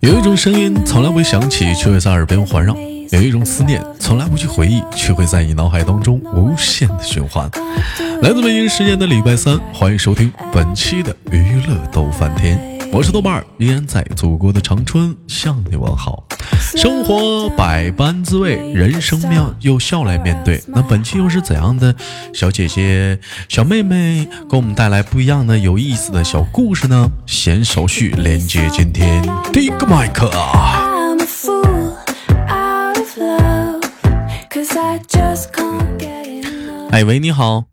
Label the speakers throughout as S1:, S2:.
S1: 有一种声音从来不会响起，却会在耳边环绕；有一种思念从来不去回忆，却会在你脑海当中无限的循环。来自北京时间的礼拜三，欢迎收听本期的娱乐逗翻天，我是豆瓣儿，依然在祖国的长春向你问好。生活百般滋味，人生妙又笑来面对。 那本期又是怎样的小姐姐、小妹妹给我们带来不一样的、有意思的小故事呢？闲手续连接今天第一个麦克啊！
S2: I'm a fool out of love, cause I just can't get enough.
S1: 哎喂，你好，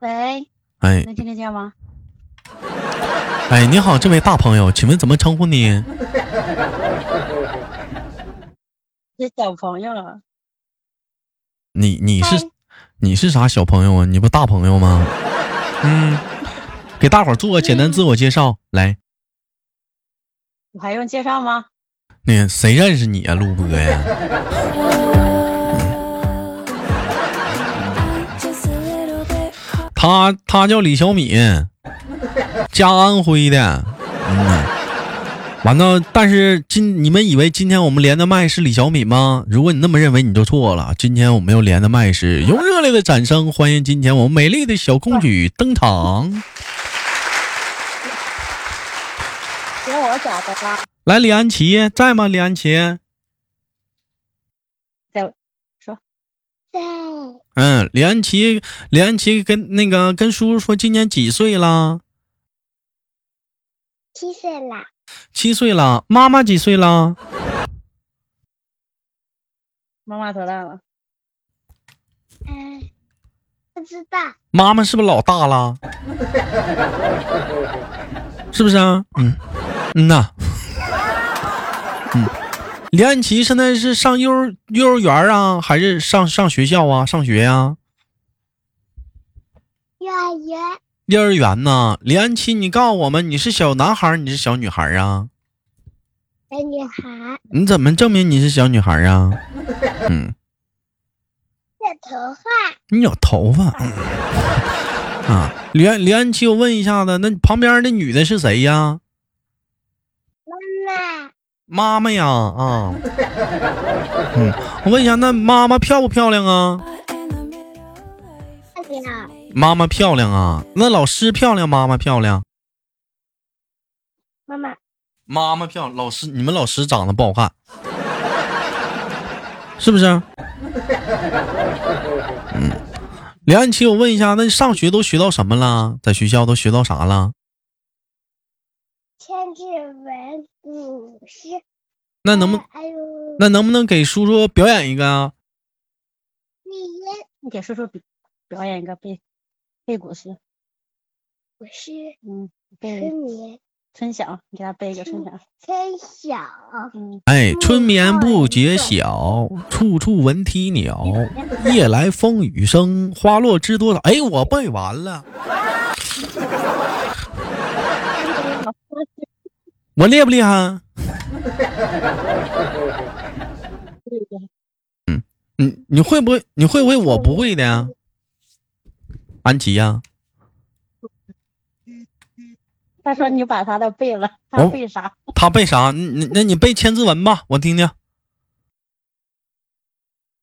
S3: 喂，
S1: 哎
S3: 能听得见吗？
S1: 哎，你好，这位大朋友，请问怎么称呼你？
S3: 这小朋友了，
S1: 你你是
S3: 嗨
S1: 你是啥小朋友啊？你不大朋友 吗？嗯，给大伙儿做个简单自我介绍，来，
S3: 我还用介绍吗？
S1: 那谁认识你啊，陆波呀？
S2: I'm just a little bit caught
S1: 他他叫李小米，家安徽的。嗯呐，完了，但是今你们以为今天我们连的麦是李小米吗？如果你那么认为，你就错了。今天我们要连的麦是用热烈的掌声欢迎今天我们美丽的小公举登场。
S3: 给我找的吧，
S1: 来，李安琪在吗？李安琪，
S3: 在说，在
S1: 嗯，李安琪，李安琪跟那个跟叔叔说今年几岁啦？
S3: 七岁啦，
S1: 七岁啦。妈妈几岁啦？
S3: 妈妈多大了？
S4: 嗯，不知道，
S1: 妈妈是不是老大 了？是不是啊？嗯，嗯呐，嗯，李安琪现在是上幼儿幼儿园啊，还是上上学校啊？上学呀、
S4: 幼儿园
S1: 幼儿园呢？李安琪，你告诉我们，你是小男孩儿，你是小女孩儿啊？
S4: 的女孩
S1: 你怎么证明你是小女孩儿啊？嗯，
S4: 的头发，
S1: 你有头发、嗯啊？李安李安琪，我问一下子，那旁边那女的是谁呀？
S4: 妈
S1: 妈
S4: 妈
S1: 妈呀，啊，嗯，我问一下，那妈妈漂不漂亮啊？
S2: in the middle of life.
S4: 快点儿，
S1: 妈妈漂亮啊，那老师漂亮，妈妈漂亮，
S4: 妈妈
S1: 妈妈漂亮，老师你们老师长得不好看，是不是？嗯，梁安琪，我问一下，那你上学都学到什么了？在学校都学到啥了？
S4: 千字文古诗，
S1: 那能不
S4: 呃哎呦，
S1: 那能不能给叔叔表演一个啊？
S4: 丽人
S3: 你给叔叔表表演一个背背古诗，
S4: 古诗，
S3: 嗯，背
S4: 春眠
S3: 春晓，你给他背一个春晓，
S4: 春晓，
S3: 嗯，
S1: 哎，春眠不觉晓，处处闻啼鸟。夜来风雨声，花落知多少。哎，我背完了，我厉不厉害？你你会不会？你会不会我不会的呀？安琪呀、
S3: 他说你把他的背了，他
S1: 哦
S3: 背啥？
S1: 他背啥？你你那你背千字文吧，我听听。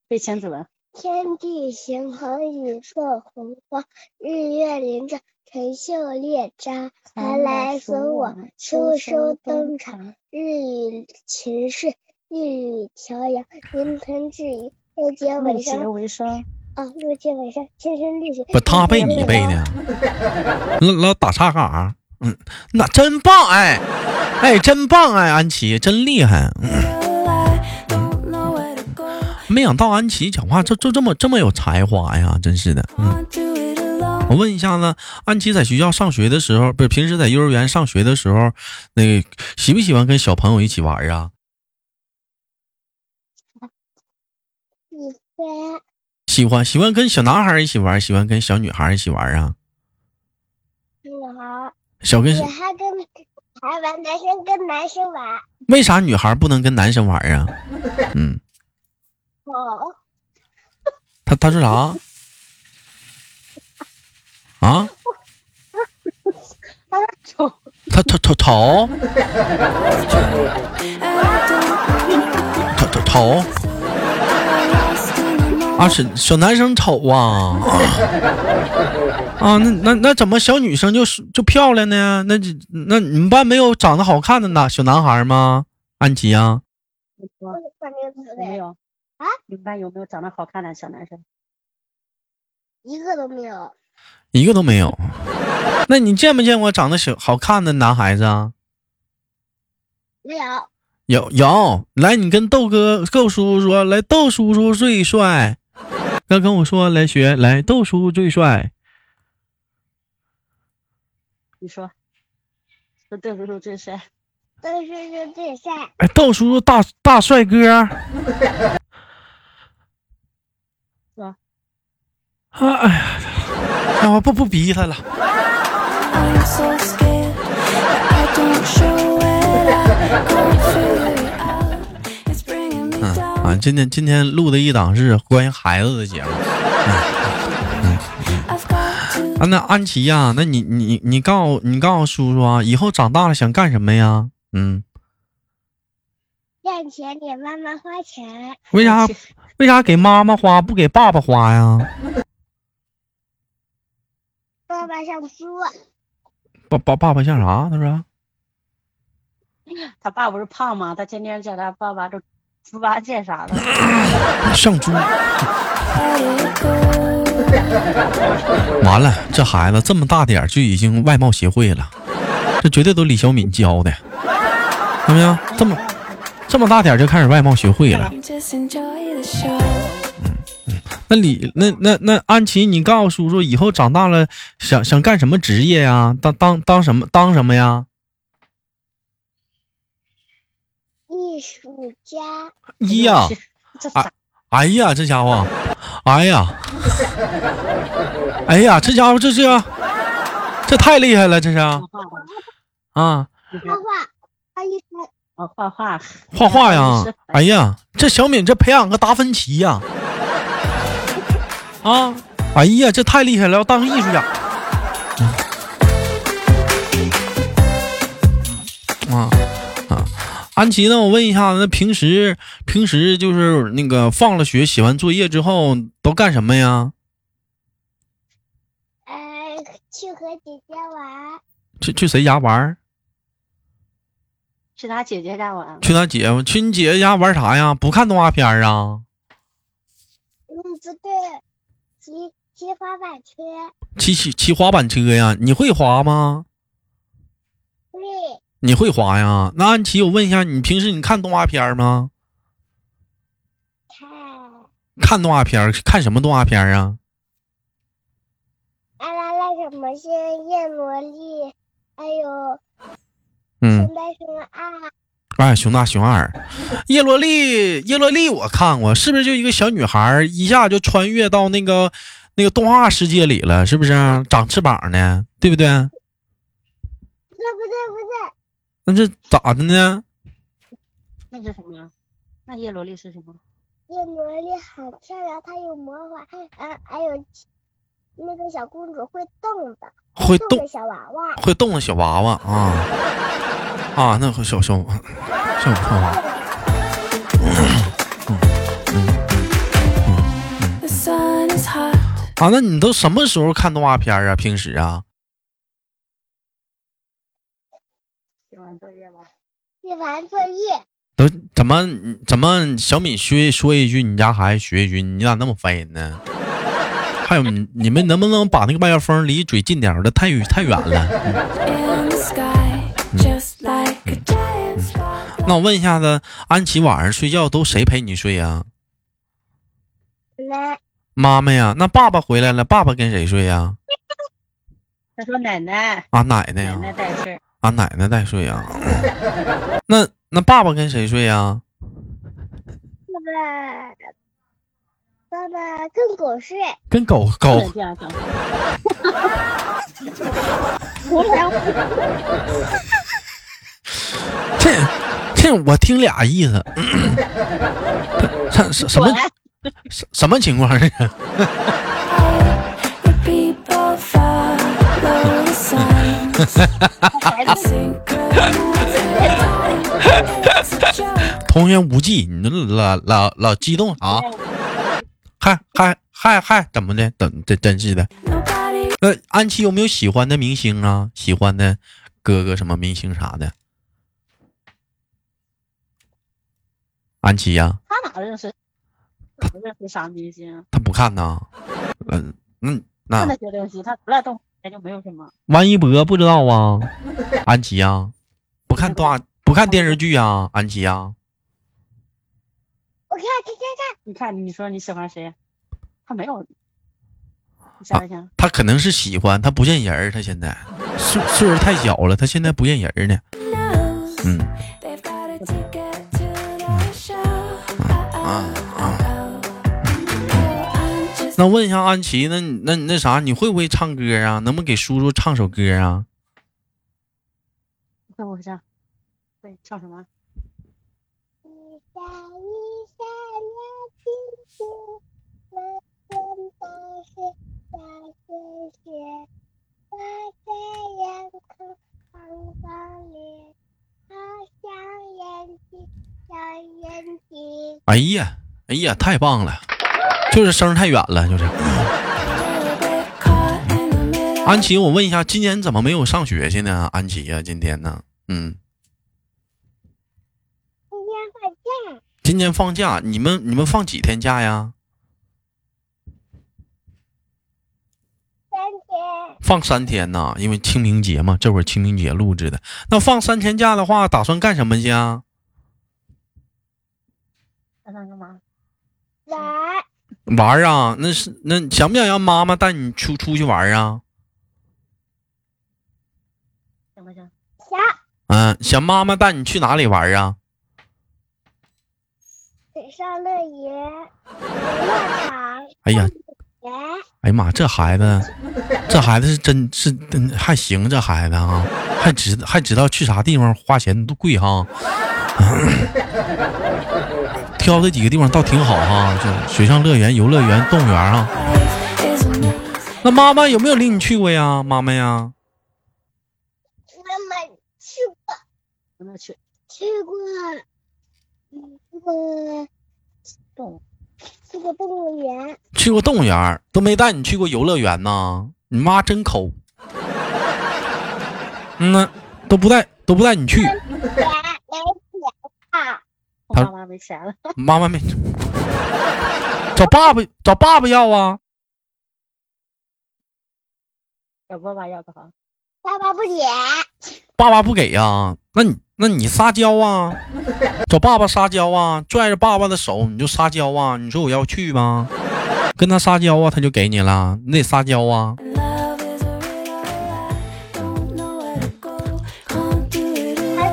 S3: 背千字文，
S4: 天地行横，宇宙洪荒，日月临阵，辰宿列张，寒来暑往，秋收冬藏。
S3: 藏。
S4: 日语秦氏，日语调养，临盆质疑，六节
S3: 为
S4: 尾
S3: 节
S4: 声
S3: 为生，
S4: 啊，六节尾声，天生丽质。
S1: 不，他背你背的，老老打岔干啥？嗯，那真棒哎，哎，真棒哎，安琪真厉害。嗯
S2: Well, I don't know where to go.
S1: 没想到安琪讲话就就这么这么有才华呀，真是的。嗯，
S2: Can't do it
S1: 我
S2: alone.
S1: 问一下子，安琪在学校上学的时候，不是平时在幼儿园上学的时候，那个喜不喜欢跟小朋友一起玩啊？
S4: 一般
S1: 喜欢，喜欢跟小男孩一起玩，喜欢跟小女孩一起玩啊？
S4: 女孩，
S1: 小跟
S4: 啊女孩跟女孩玩，男生跟男生玩。
S1: 为啥女孩不能跟男生玩啊？嗯，
S4: 哦，
S1: 他他说啥？啊？
S3: 他说丑，
S1: 他他他逃，他他逃啊！小小男生丑啊啊！那那那怎么小女生就是就漂亮呢？那这那你们班没有长得好看的男小男孩吗？安琪啊呀、
S3: 你说
S4: 换名词
S3: 有没
S4: 呗，
S3: 有？
S4: 啊？
S3: 你们班有没有长得好看的小男生？
S4: 一个都没有。
S1: 一个都没有。那你见没见过长得小好看的男孩子啊？
S4: 没有，
S1: 有有，来，你跟豆哥、豆叔说，来，豆叔叔最帅。要跟我说，来学，来，豆叔叔最帅。
S3: 你说，这对不住最帅，
S4: 都是是最帅，
S1: 哎，豆叔叔大大帅哥。
S3: 是吧？
S1: 啊哎呀，哎我不不逼他了。嗯啊，今天今天录的一档是关于孩子的节目。啊，那安琪呀、那你你你告诉你告诉叔叔啊，以后长大了想干什么呀？嗯，
S4: 赚钱给妈妈花钱，
S1: 为啥为啥给妈妈花不给爸爸花呀？
S4: 爸爸上书，
S1: 爸爸爸爸像啥？他说
S3: 他爸不是胖吗？他天天叫他爸爸都猪八戒 啥的。哎
S1: 像猪。完了，这孩子这么大点儿就已经外貌协会了，这绝对都李小敏教的，看没有？这么这么大点儿就开始外貌协会了。那李那那那安琪，你告诉叔叔，以后长大了想想干什么职业呀？当当当什么当什么呀？
S4: 艺术家，
S3: 嗯
S1: 一呀、啊
S3: 这啥？
S1: 哎呀，这家伙，哎呀，哎呀，这家伙这是，这太厉害了，这是
S3: 画
S1: 啊
S3: 画吧，你
S4: 画
S3: 说
S4: 画，画艺术，
S3: 哦，画画，
S1: 画画呀
S3: 是，
S1: 哎呀，这小敏这培养个达芬奇呀，啊，哎呀，这太厉害了，要当个艺术家。嗯啊啊！安琪，那我问一下，那平时平时就是那个放了学写完作业之后都干什么呀？
S4: 呃，去和姐姐玩，
S1: 去去谁家玩儿？
S3: 去他姐姐家玩。
S1: 去他姐夫，去你姐姐家玩啥呀？不看动画片儿啊？
S4: 嗯，不对，骑骑滑板车，
S1: 骑骑骑滑板车呀？你会滑吗？
S4: 对，
S1: 你会滑呀？那安琪，我问一下，你平时你看动画片儿吗？
S4: 看啊
S1: 看动画片儿，看什么动画片儿啊？
S4: 阿拉拉什么星，夜魔力，哎还有
S1: 嗯，
S4: 圣诞树二，
S1: 哎，熊大熊二，叶罗丽，叶罗丽，我看过，是不是就一个小女孩儿一下就穿越到那个那个动画世界里了？是不是长翅膀呢？对不对？
S4: 不对不对不对，
S1: 那这咋的呢？
S3: 那是什么呀？那叶罗丽是什么？
S4: 夜魔力很漂亮，她有魔法，呃，还有那个小公主会动的，
S1: 会
S4: 动
S1: 动
S4: 的小娃娃，
S1: 会动的小娃娃啊啊，那会小小小小娃娃。啊，那你都什么时候看动画片啊？平时啊？
S3: 写完作业吧。
S4: 写完作业，
S1: 都怎么怎么小敏学说一句，你家孩子学一句，你咋那么烦人呢？还有你你们能不能把那个麦克风离嘴近点儿的？太远太远了。那我问一下子，安琪晚上睡觉都谁陪你睡呀、
S4: 来，
S1: 妈妈呀？那爸爸回来了，爸爸跟谁睡呀、
S3: 他说奶奶，
S1: 啊，奶奶
S3: 奶
S1: 呀、
S3: 奶带事儿，
S1: 啊，奶奶带睡呀、那那爸爸跟谁睡啊呀、
S4: 爸爸，爸爸跟狗睡，
S1: 跟狗
S3: 不
S1: 狗
S3: 能这样讲。我俩
S1: 这这我听俩意思，什什什么
S3: 来
S1: 什什么情况是？啊啊
S3: 孩子
S1: 童言无忌，你那老老老激动啊啥、还还还还怎么的？等这真是的。
S5: Nobody
S1: 那安琪有没有喜欢的明星啊？喜欢的哥哥什么明星啥的？安琪呀、
S3: 他哪认识？哪认识啥明星？
S1: 他不看呐。嗯嗯，那
S3: 看他就认识，他不来动画就没有什么。
S1: 王一博不知道啊？安琪呀、不看动画，不看电视剧啊？安琪呀、
S4: 我看看看
S3: 你看，你说你喜欢谁？他没有。你想一想，
S1: 他可能是喜欢，他不认人儿，他现在岁岁数太小了，他现在不认人儿呢。
S5: knows
S1: 嗯，
S5: they've got a ticket to the show. Uh-oh, uh-oh. Well, I'm just
S1: 那问一下安琪，那你那你那啥，你会不会唱歌啊？能不能给叔叔唱首歌啊？
S3: 会不会唱？对，唱什么？
S4: 一闪一闪亮晶晶，满天都是小星星，挂在眼眶放光亮，好小眼睛，小眼睛。
S1: 哎呀，哎呀，太棒了！就是声儿太远了，就是。
S5: a little bit caught in the middle.
S1: 安琪，我问一下，今年怎么没有上学去呢？安琪呀、今天呢？嗯，
S4: 今天放假，
S1: 今年放假，你们你们放几天假呀？
S4: 三天
S1: 放三天呐，因为清明节嘛，这会儿清明节录制的。那放三天假的话，打算干什么去啊？
S3: 他唱干嘛？
S4: 玩儿，
S1: 玩儿啊？那是那想不想让妈妈带你出出去玩儿啊？
S3: 想不想？
S4: 小
S1: 嗯、想妈妈带你去哪里玩儿啊？
S4: 水上乐园、游乐场、
S1: 哎呀，
S4: 园，
S1: 哎呀妈，这孩子，这孩子是真是真还行，这孩子啊，还知还知道去啥地方花钱都贵哈， 挑这几个地方倒挺好哈，就水上乐园、游乐园、动物园啊。
S5: Life is amazing.
S1: 那妈妈有没有领你去过呀？妈妈呀，
S4: 妈妈去过
S3: 有没有去
S4: 去过，嗯，去过
S3: 动物？
S4: 去过动物园，
S1: 去过动物园，都没带你去过游乐园呢。你妈真抠。嗯呐，都不带都不带你去，
S4: 园没钱啊，
S3: 我爸妈没钱了，
S1: 妈妈没找爸爸找爸爸要啊。
S3: 找爸爸要个好。
S4: 爸爸不给，
S1: 爸爸不给呀、那你那你撒娇啊，找爸爸撒娇啊，拽着爸爸的手你就撒娇啊，你说我要去吗？跟他撒娇啊，他就给你了，你得撒娇啊。
S5: Love is a riddle. I don't know where to go. Can't do it
S4: 还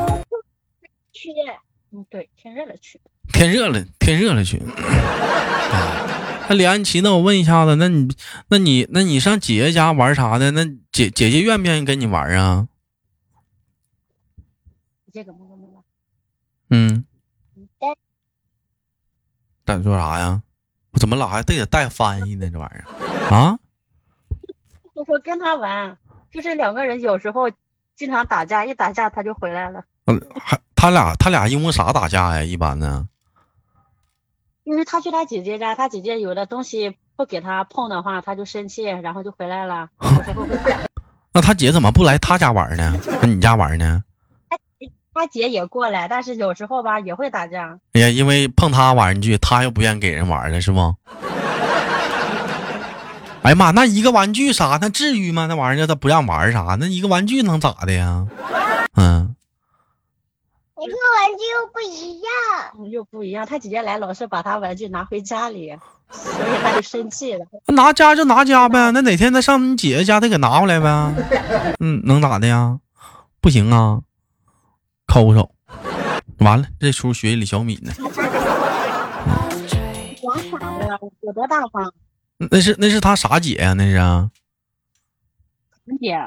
S5: alone.
S4: 不出
S3: 嗯，
S4: 去，
S3: 对，天热了去。
S1: 天热了，天热了 去。哎那李安琪，那我问一下子，那你那你那你上姐姐家玩啥的？那姐姐姐愿不愿意跟你玩啊？
S3: 这个么么么么，
S1: 嗯
S4: 对。
S1: 但你说啥呀？我怎么老还得得带翻译呢？这玩意儿啊？
S3: 就说跟他玩，就是两个人有时候经常打架，一打架他就回来了，
S1: 嗯，还他俩他俩因为啥打架呀？一般呢？
S3: 因为他去他姐姐家，他姐姐有的东西不给他碰的话，他就生气，然后就回来了，有时候会打。
S1: 那他姐怎么不来他家玩呢？跟你家玩呢？
S3: 他姐也过来，但是有时候吧也会打架，
S1: 哎呀，因为碰他玩具，他又不愿意给人玩了，是不？ 哎呀妈，那一个玩具啥？那至于吗？那玩意儿他不让玩啥？那一个玩具能咋的呀？嗯，
S4: 每个玩具又不一样，
S3: 嗯又不一样。他姐姐来老是把他玩具拿回家里，所以他就生气了。
S1: 那拿家就拿家呗。那哪天他上你姐姐家，他给拿回来呗。嗯，能咋的呀？不行啊，抠手。完了，这出学习李小敏呢。
S5: I've tried.
S3: 我傻了，有多大方？
S1: 那是那是他啥姐呀、那是啊
S3: 堂姐，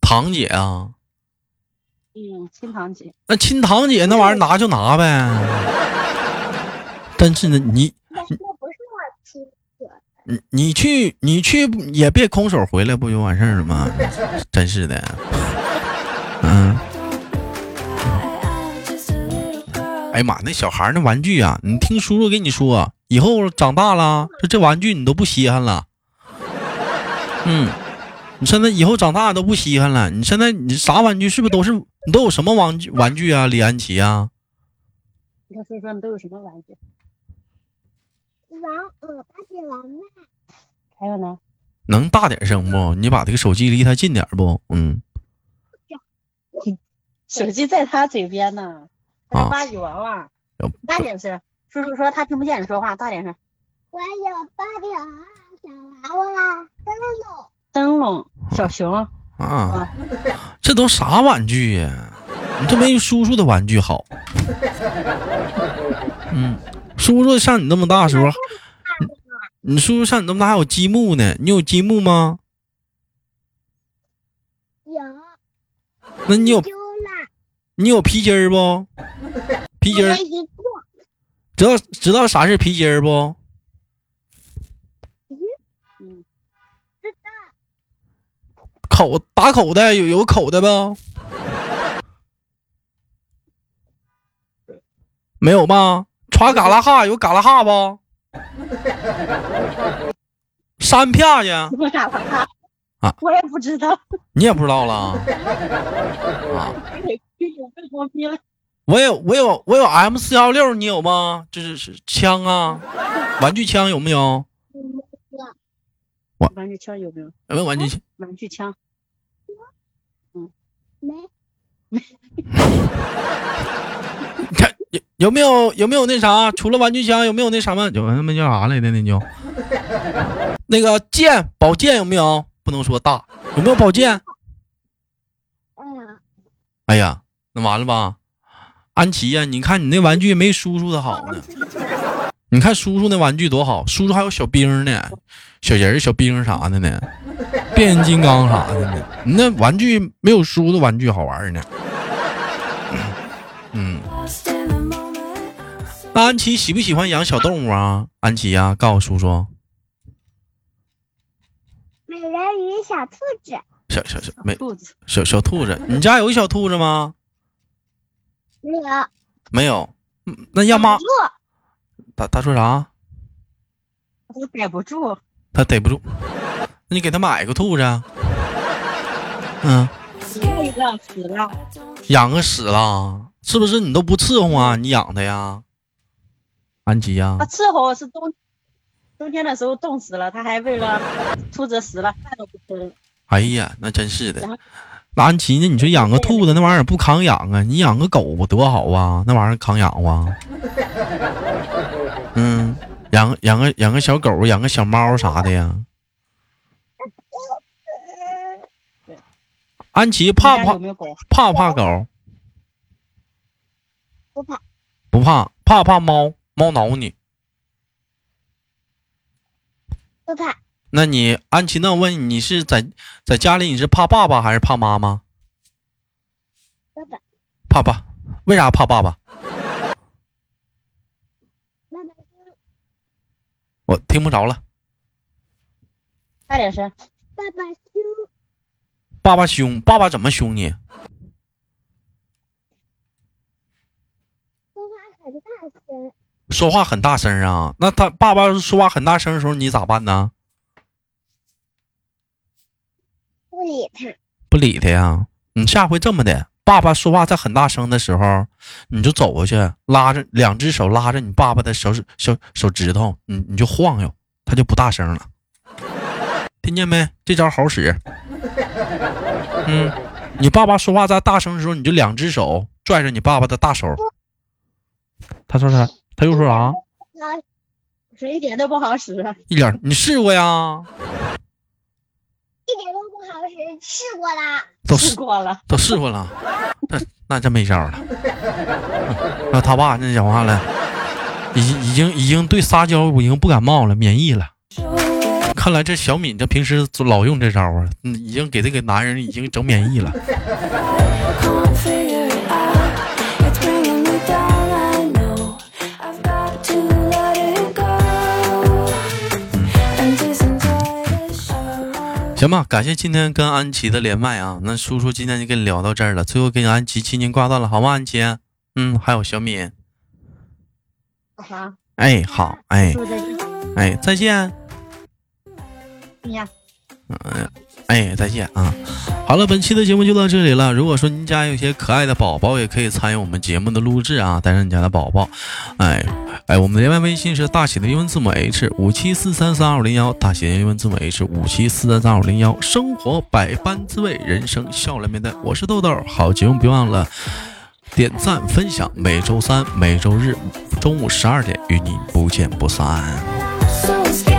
S1: 堂姐啊。
S3: 嗯，亲堂姐，
S1: 那亲堂姐那玩意儿拿就拿呗。但是呢，你
S4: 但是不是我亲的，
S1: 你你去你去也别空手回来，不就完事儿了吗？真是的，嗯哎呀妈，那小孩儿那玩具啊，你听叔叔跟你说，以后长大了，就这玩具你都不稀罕了。嗯，你现在以后长大都不稀罕了。你现在你啥玩具是不是都是你都有什么玩具玩具啊？李安琪啊，
S3: 你看说说你都有什么玩具？
S4: 玩偶芭比娃娃，
S3: 还有呢？
S1: 能大点声不？你把这个手机离他近点儿不？嗯，
S3: 手机在他嘴边呢，他
S1: 啊
S3: 是芭比娃娃，
S1: 要不
S3: 啊大点声。叔叔说他听不见你说话，大点声。
S4: 我有芭比娃娃、小娃娃、灯笼。
S3: 灯笼、小熊，
S1: 啊，这都啥玩具呀、你这没叔叔的玩具好。嗯，叔叔像你那么大时候，你你叔叔像你那么大还有积木呢。你有积木吗？
S4: 有
S1: 那你有
S4: 丢了，
S1: 你有皮筋儿不？皮筋儿
S4: 没一个，
S1: 知道知道啥是皮筋儿不？口打口袋有有口袋不？没有吧？穿嘎啦哈有嘎啦哈不？山片去，
S3: 我咋了？
S1: 啊
S3: 我也不知道，
S1: 你也不知道了？啊
S3: 这种被装逼了。
S1: 我有我有我有 M 四幺六，你有吗？就是是枪啊，玩具枪有没有？
S3: 玩具枪有没有？
S1: 有没有玩具枪？
S3: 玩具枪，
S4: 没
S1: 看有有没有有没有那啥？除了玩具枪，有没有那什么？有哎那么叫啥来的？那叫那个剑宝剑有没有？不能说大，有没有宝剑？
S4: 嗯，
S1: 哎呀，那完了吧？安琪呀、你看你那玩具没叔叔的好呢。你看叔叔那玩具多好，叔叔还有小兵呢，小人儿、小兵啥的呢，变形金刚啥的呢。你那玩具没有叔叔的玩具好玩儿呢。嗯，
S5: Lost in the moment. I'm so
S1: 那安琪喜不喜欢养小动物啊？安琪呀、告诉叔叔，
S4: 美人鱼、小兔子，
S1: 小小小没
S3: 兔啊子，
S1: 小小兔子，你家有小兔子吗？
S4: 没有小
S1: 没有，嗯那让妈
S4: 鹿，
S1: 他他说啥？
S3: 我逮不住。
S1: 他逮不住，那你给他买个兔子啊。嗯，
S3: 下一个死了，
S1: 养个死了，是不是？你都不伺候啊？你养的呀？安琪呀
S3: 他、伺候是冬冬天的时候冻死了，他还为了兔子死了饭都不吃了。
S1: 哎呀，那真是的
S3: 然后。
S1: 那安琪呢？你说养个兔子那玩意儿不扛养啊？你养个狗多好啊，那玩意儿扛养啊。嗯，养养个养个小狗，养个小猫啥的呀。安琪怕
S3: 你
S1: 不怕
S3: 家有没有狗？
S1: 怕不怕狗？
S4: 不怕，
S1: 不怕，怕怕猫，猫挠你。
S4: 不怕，
S1: 那你安琪，那我问你，你是在在家里你是怕爸爸还是怕妈妈？
S4: 爸爸，
S1: 怕爸，为啥怕爸爸？
S4: 妈妈，
S1: 我听不着了。
S3: 大点声，
S4: 爸爸凶，
S1: 爸爸凶，爸爸怎么凶你？
S4: 说话很大声，
S1: 说话很大声啊。那他爸爸说话很大声的时候，你咋办呢？
S4: 不理他，
S1: 不理他呀。你下回这么的，爸爸说话在很大声的时候，你就走过去，拉着两只手拉着你爸爸的手指手手指头，你你就晃悠，他就不大声了。听见没？这招好使。嗯，你爸爸说话在大声的时候，你就两只手拽着你爸爸的大手。他说啥？他又说啥、
S4: 老
S3: 水一点都不好使。
S1: 一点你试过呀？
S4: 一点都不好使，试过啦，
S1: 都试
S3: 试 过了，
S1: 都试过了，那那真没招了。 那、他爸那讲话了，已经已经已经对撒娇已经不感冒了，免疫了。看来这小敏这平时老用这招啊，嗯已经给这个男人已经整免疫了。
S5: Can't figure it out. It's bringing me down. I know I've got to let it go and just enjoy the show.
S1: 行吧，感谢今天跟安琪的连麦啊，那叔叔今天就跟你聊到这儿了，最后给安琪轻轻挂断了，好吗？安琪，嗯，还有小敏，
S3: 好吧，
S1: 哎，好，哎
S3: 祝再见。
S1: 哎，再见，
S3: 哎呀，
S1: 哎，再见啊！好了，本期的节目就到这里了。如果说您家有一些可爱的宝宝，也可以参与我们节目的录制啊，带上你家的宝宝，哎哎，我们的连麦微信是大写的英文字母 H 五七四三三二五零幺，大写的英文字母 H 五七四三三二五零幺。生活百般滋味，人生笑来面对。我是豆豆，好节目别忘了。点赞分享，每周三、每周日中午十二点与你不见不散。
S5: So it's